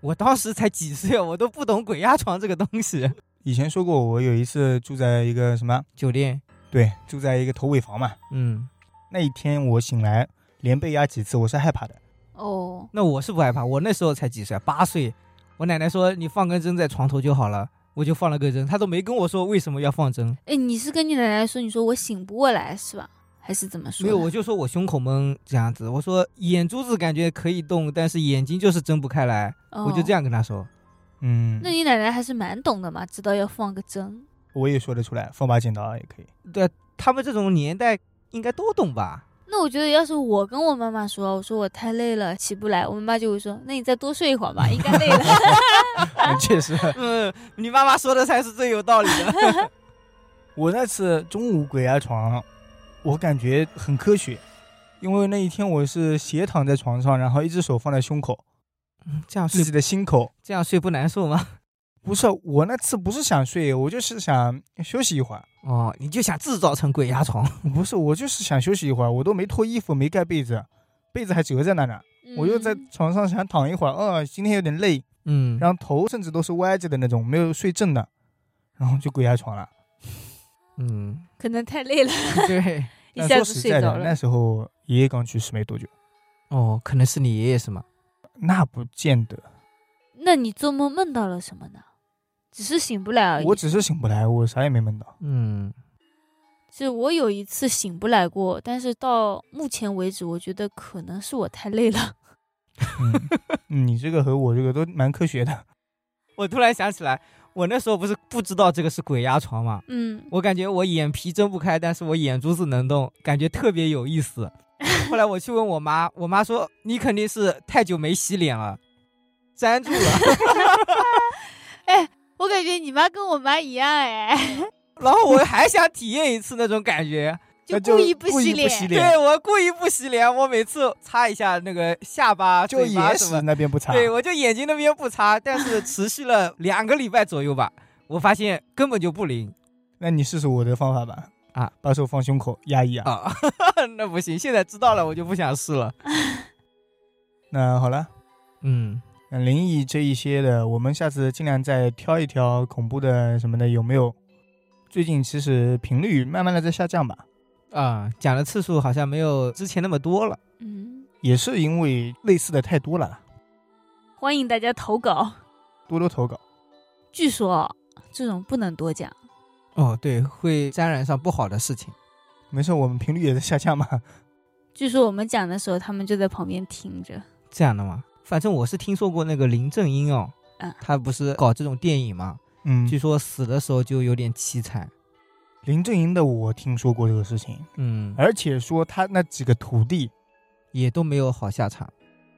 Speaker 3: 我当时才几岁，啊我都不懂鬼压床这个东西。
Speaker 1: 以前说过，我有一次住在一个什么，
Speaker 3: 酒店，
Speaker 1: 对，住在一个头尾房嘛。
Speaker 3: 嗯，
Speaker 1: 那一天我醒来，连被压几次，我是害怕的。
Speaker 2: 哦，
Speaker 3: 那我是不害怕，我那时候才几岁，啊八岁。我奶奶说你放根针在床头就好了，我就放了根针，她都没跟我说为什么要放针，
Speaker 2: 哎，你是跟你奶奶说，你说我醒不过来是吧？还是怎么说
Speaker 3: 没
Speaker 2: 的？
Speaker 3: 有，我就说我胸口闷这样子，我说眼珠子感觉可以动，但是眼睛就是睁不开来，
Speaker 2: 哦
Speaker 3: 我就这。样跟她说。
Speaker 1: 嗯，
Speaker 2: 那你奶奶还是蛮懂的嘛，知道要放个针。
Speaker 1: 我也说得出来，放把剪刀也可以。
Speaker 3: 对，他们这种年代应该都懂吧？
Speaker 2: 那我觉得，要是我跟我妈妈说，我说我太累了，起不来，我妈妈就会说，那你再多睡一会儿吧，应该累了。
Speaker 1: 确实，
Speaker 3: 嗯，你妈妈说的才是最有道理的。
Speaker 1: 我那次中午鬼压床，我感觉很科学，因为那一天我是斜躺在床上，然后一只手放在胸 口，
Speaker 3: 这样
Speaker 1: 自
Speaker 3: 睡
Speaker 1: 己的心口。
Speaker 3: 这样睡不难受吗？
Speaker 1: 不是，我那次不是想睡，我就是想休息一会儿。
Speaker 3: 哦，你就想制造成鬼压床。
Speaker 2: 嗯
Speaker 1: 不是，我就是想休息一会儿，我都没脱衣服，没盖被子，被子还折在那呢。我又在
Speaker 2: 嗯
Speaker 1: 床上想躺一会儿，呃，今天有点累，
Speaker 3: 嗯
Speaker 1: 然后头甚至都是歪着的那种，没有睡正的，然后就鬼压床了。
Speaker 3: 嗯，
Speaker 2: 可能太累了，
Speaker 3: 对，
Speaker 2: 一
Speaker 1: 但
Speaker 2: 下
Speaker 1: 说
Speaker 2: 子
Speaker 1: 实
Speaker 2: 睡
Speaker 1: 在
Speaker 2: 着
Speaker 1: 的， 那
Speaker 2: 了。
Speaker 1: 时候爷爷刚去世没多久，
Speaker 3: 哦，可能是你爷爷是吗？
Speaker 1: 那不见得，
Speaker 2: 那你做梦梦到了什么呢？只是醒不
Speaker 3: 啊
Speaker 2: 来而已。
Speaker 1: 我只是醒不来，我啥也没梦 到。
Speaker 3: 嗯，
Speaker 2: 就我有一次醒不来过，但是到目前为止，我觉得可能是我太累了。
Speaker 1: 嗯，你这个和我这个都蛮科学的。
Speaker 3: 我突然想起来，我那时候不是不知道这个是鬼压床嘛，
Speaker 2: 嗯，
Speaker 3: 我感觉我眼皮睁不开，但是我眼珠子能动，感觉特别有意思。后来我去问我妈，我妈说你肯定是太久没洗脸了，粘住了。
Speaker 2: 我感觉你妈跟我妈一样哎，
Speaker 3: 然后我还想体验一次那种感觉，
Speaker 1: 那
Speaker 2: 故意
Speaker 1: 故
Speaker 2: 洗
Speaker 1: 意
Speaker 2: 脸
Speaker 1: 不。洗
Speaker 3: 对我故意不洗脸，我每次擦一下那个下巴、
Speaker 1: 就
Speaker 3: 嘴巴
Speaker 1: 也
Speaker 3: 什
Speaker 1: 屎
Speaker 3: 么，
Speaker 1: 那边不擦。
Speaker 3: 对我就眼睛那边不擦，但是持续了两个礼拜左右吧，我发现根本就不灵
Speaker 1: 那你试试我的方法吧。
Speaker 3: 啊，
Speaker 1: 把手放胸口压一压。
Speaker 3: 啊， 那不行，现在知道了我就不想试了。
Speaker 1: 那好了。
Speaker 3: 嗯，
Speaker 1: 那灵异这一些的，我们下次尽量再挑一挑恐怖的什么的，有没有？最近其实频率慢慢的在下降吧，
Speaker 3: 啊，讲的次数好像没有之前那么多了。
Speaker 2: 嗯，
Speaker 1: 也是因为类似的太多了，
Speaker 2: 欢迎大家投稿。
Speaker 1: 多多投稿。
Speaker 2: 据说这种不能多讲，
Speaker 3: 哦，对，会沾染上不好的事情。
Speaker 1: 没事，我们频率也在下降嘛。
Speaker 2: 据说我们讲的时候，他们就在旁边听着。
Speaker 3: 这样的吗？反正我是听说过那个林正英哦
Speaker 2: 嗯，
Speaker 3: 他不是搞这种电影嘛，
Speaker 1: 嗯，
Speaker 3: 据说死的时候就有点凄惨，
Speaker 1: 林正英的我听说过这个事情，
Speaker 3: 嗯，
Speaker 1: 而且说他那几个徒弟
Speaker 3: 也都没有好下场。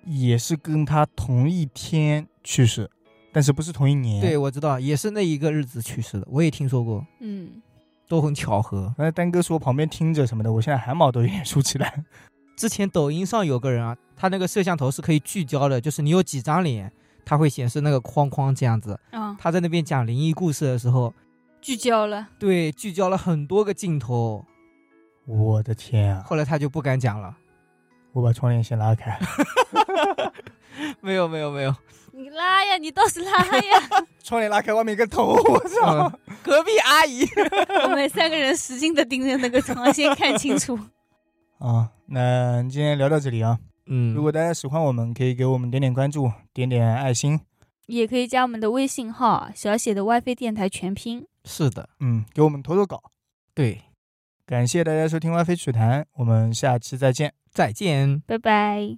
Speaker 1: 也是跟他同一天去世，但是不是同一年。
Speaker 3: 对，，我知道，也是那一个日子去世的，我也听说过，
Speaker 2: 嗯，
Speaker 3: 都很巧合。
Speaker 1: 刚才丹哥说旁边听着什么的，我现在汗毛都有点竖起来。
Speaker 3: 之前抖音上有个人啊，他那个摄像头是可以聚焦的，就是你有几张脸，它会显示那个框框这样子。
Speaker 2: 啊，
Speaker 3: 他在那边讲灵异故事的时候，
Speaker 2: 聚焦了，
Speaker 3: 对，聚焦了很多个镜头。
Speaker 1: 我的天啊！
Speaker 3: 后来他就不敢讲了。
Speaker 1: 我把窗帘先拉开，
Speaker 3: 没有，没有，没有。
Speaker 2: 你拉呀，你倒是拉 呀！
Speaker 1: 窗帘拉开，外面一个头，我操！
Speaker 3: 嗯隔壁阿姨，
Speaker 2: 我们三个人使劲的盯着那个床，先看清 楚。
Speaker 1: 啊，那今天聊到这里啊。
Speaker 3: 嗯，
Speaker 1: 如果大家喜欢我们，可以给我们点点关注，点点爱心，
Speaker 2: 也可以加我们的微信号，啊小写的 WiFi 电台全拼。
Speaker 3: 是的，
Speaker 1: 嗯，给我们投投稿。
Speaker 3: 对，
Speaker 1: 感谢大家收听《歪飞曲谈》，我们下期再见。
Speaker 3: 再见。
Speaker 2: 拜拜。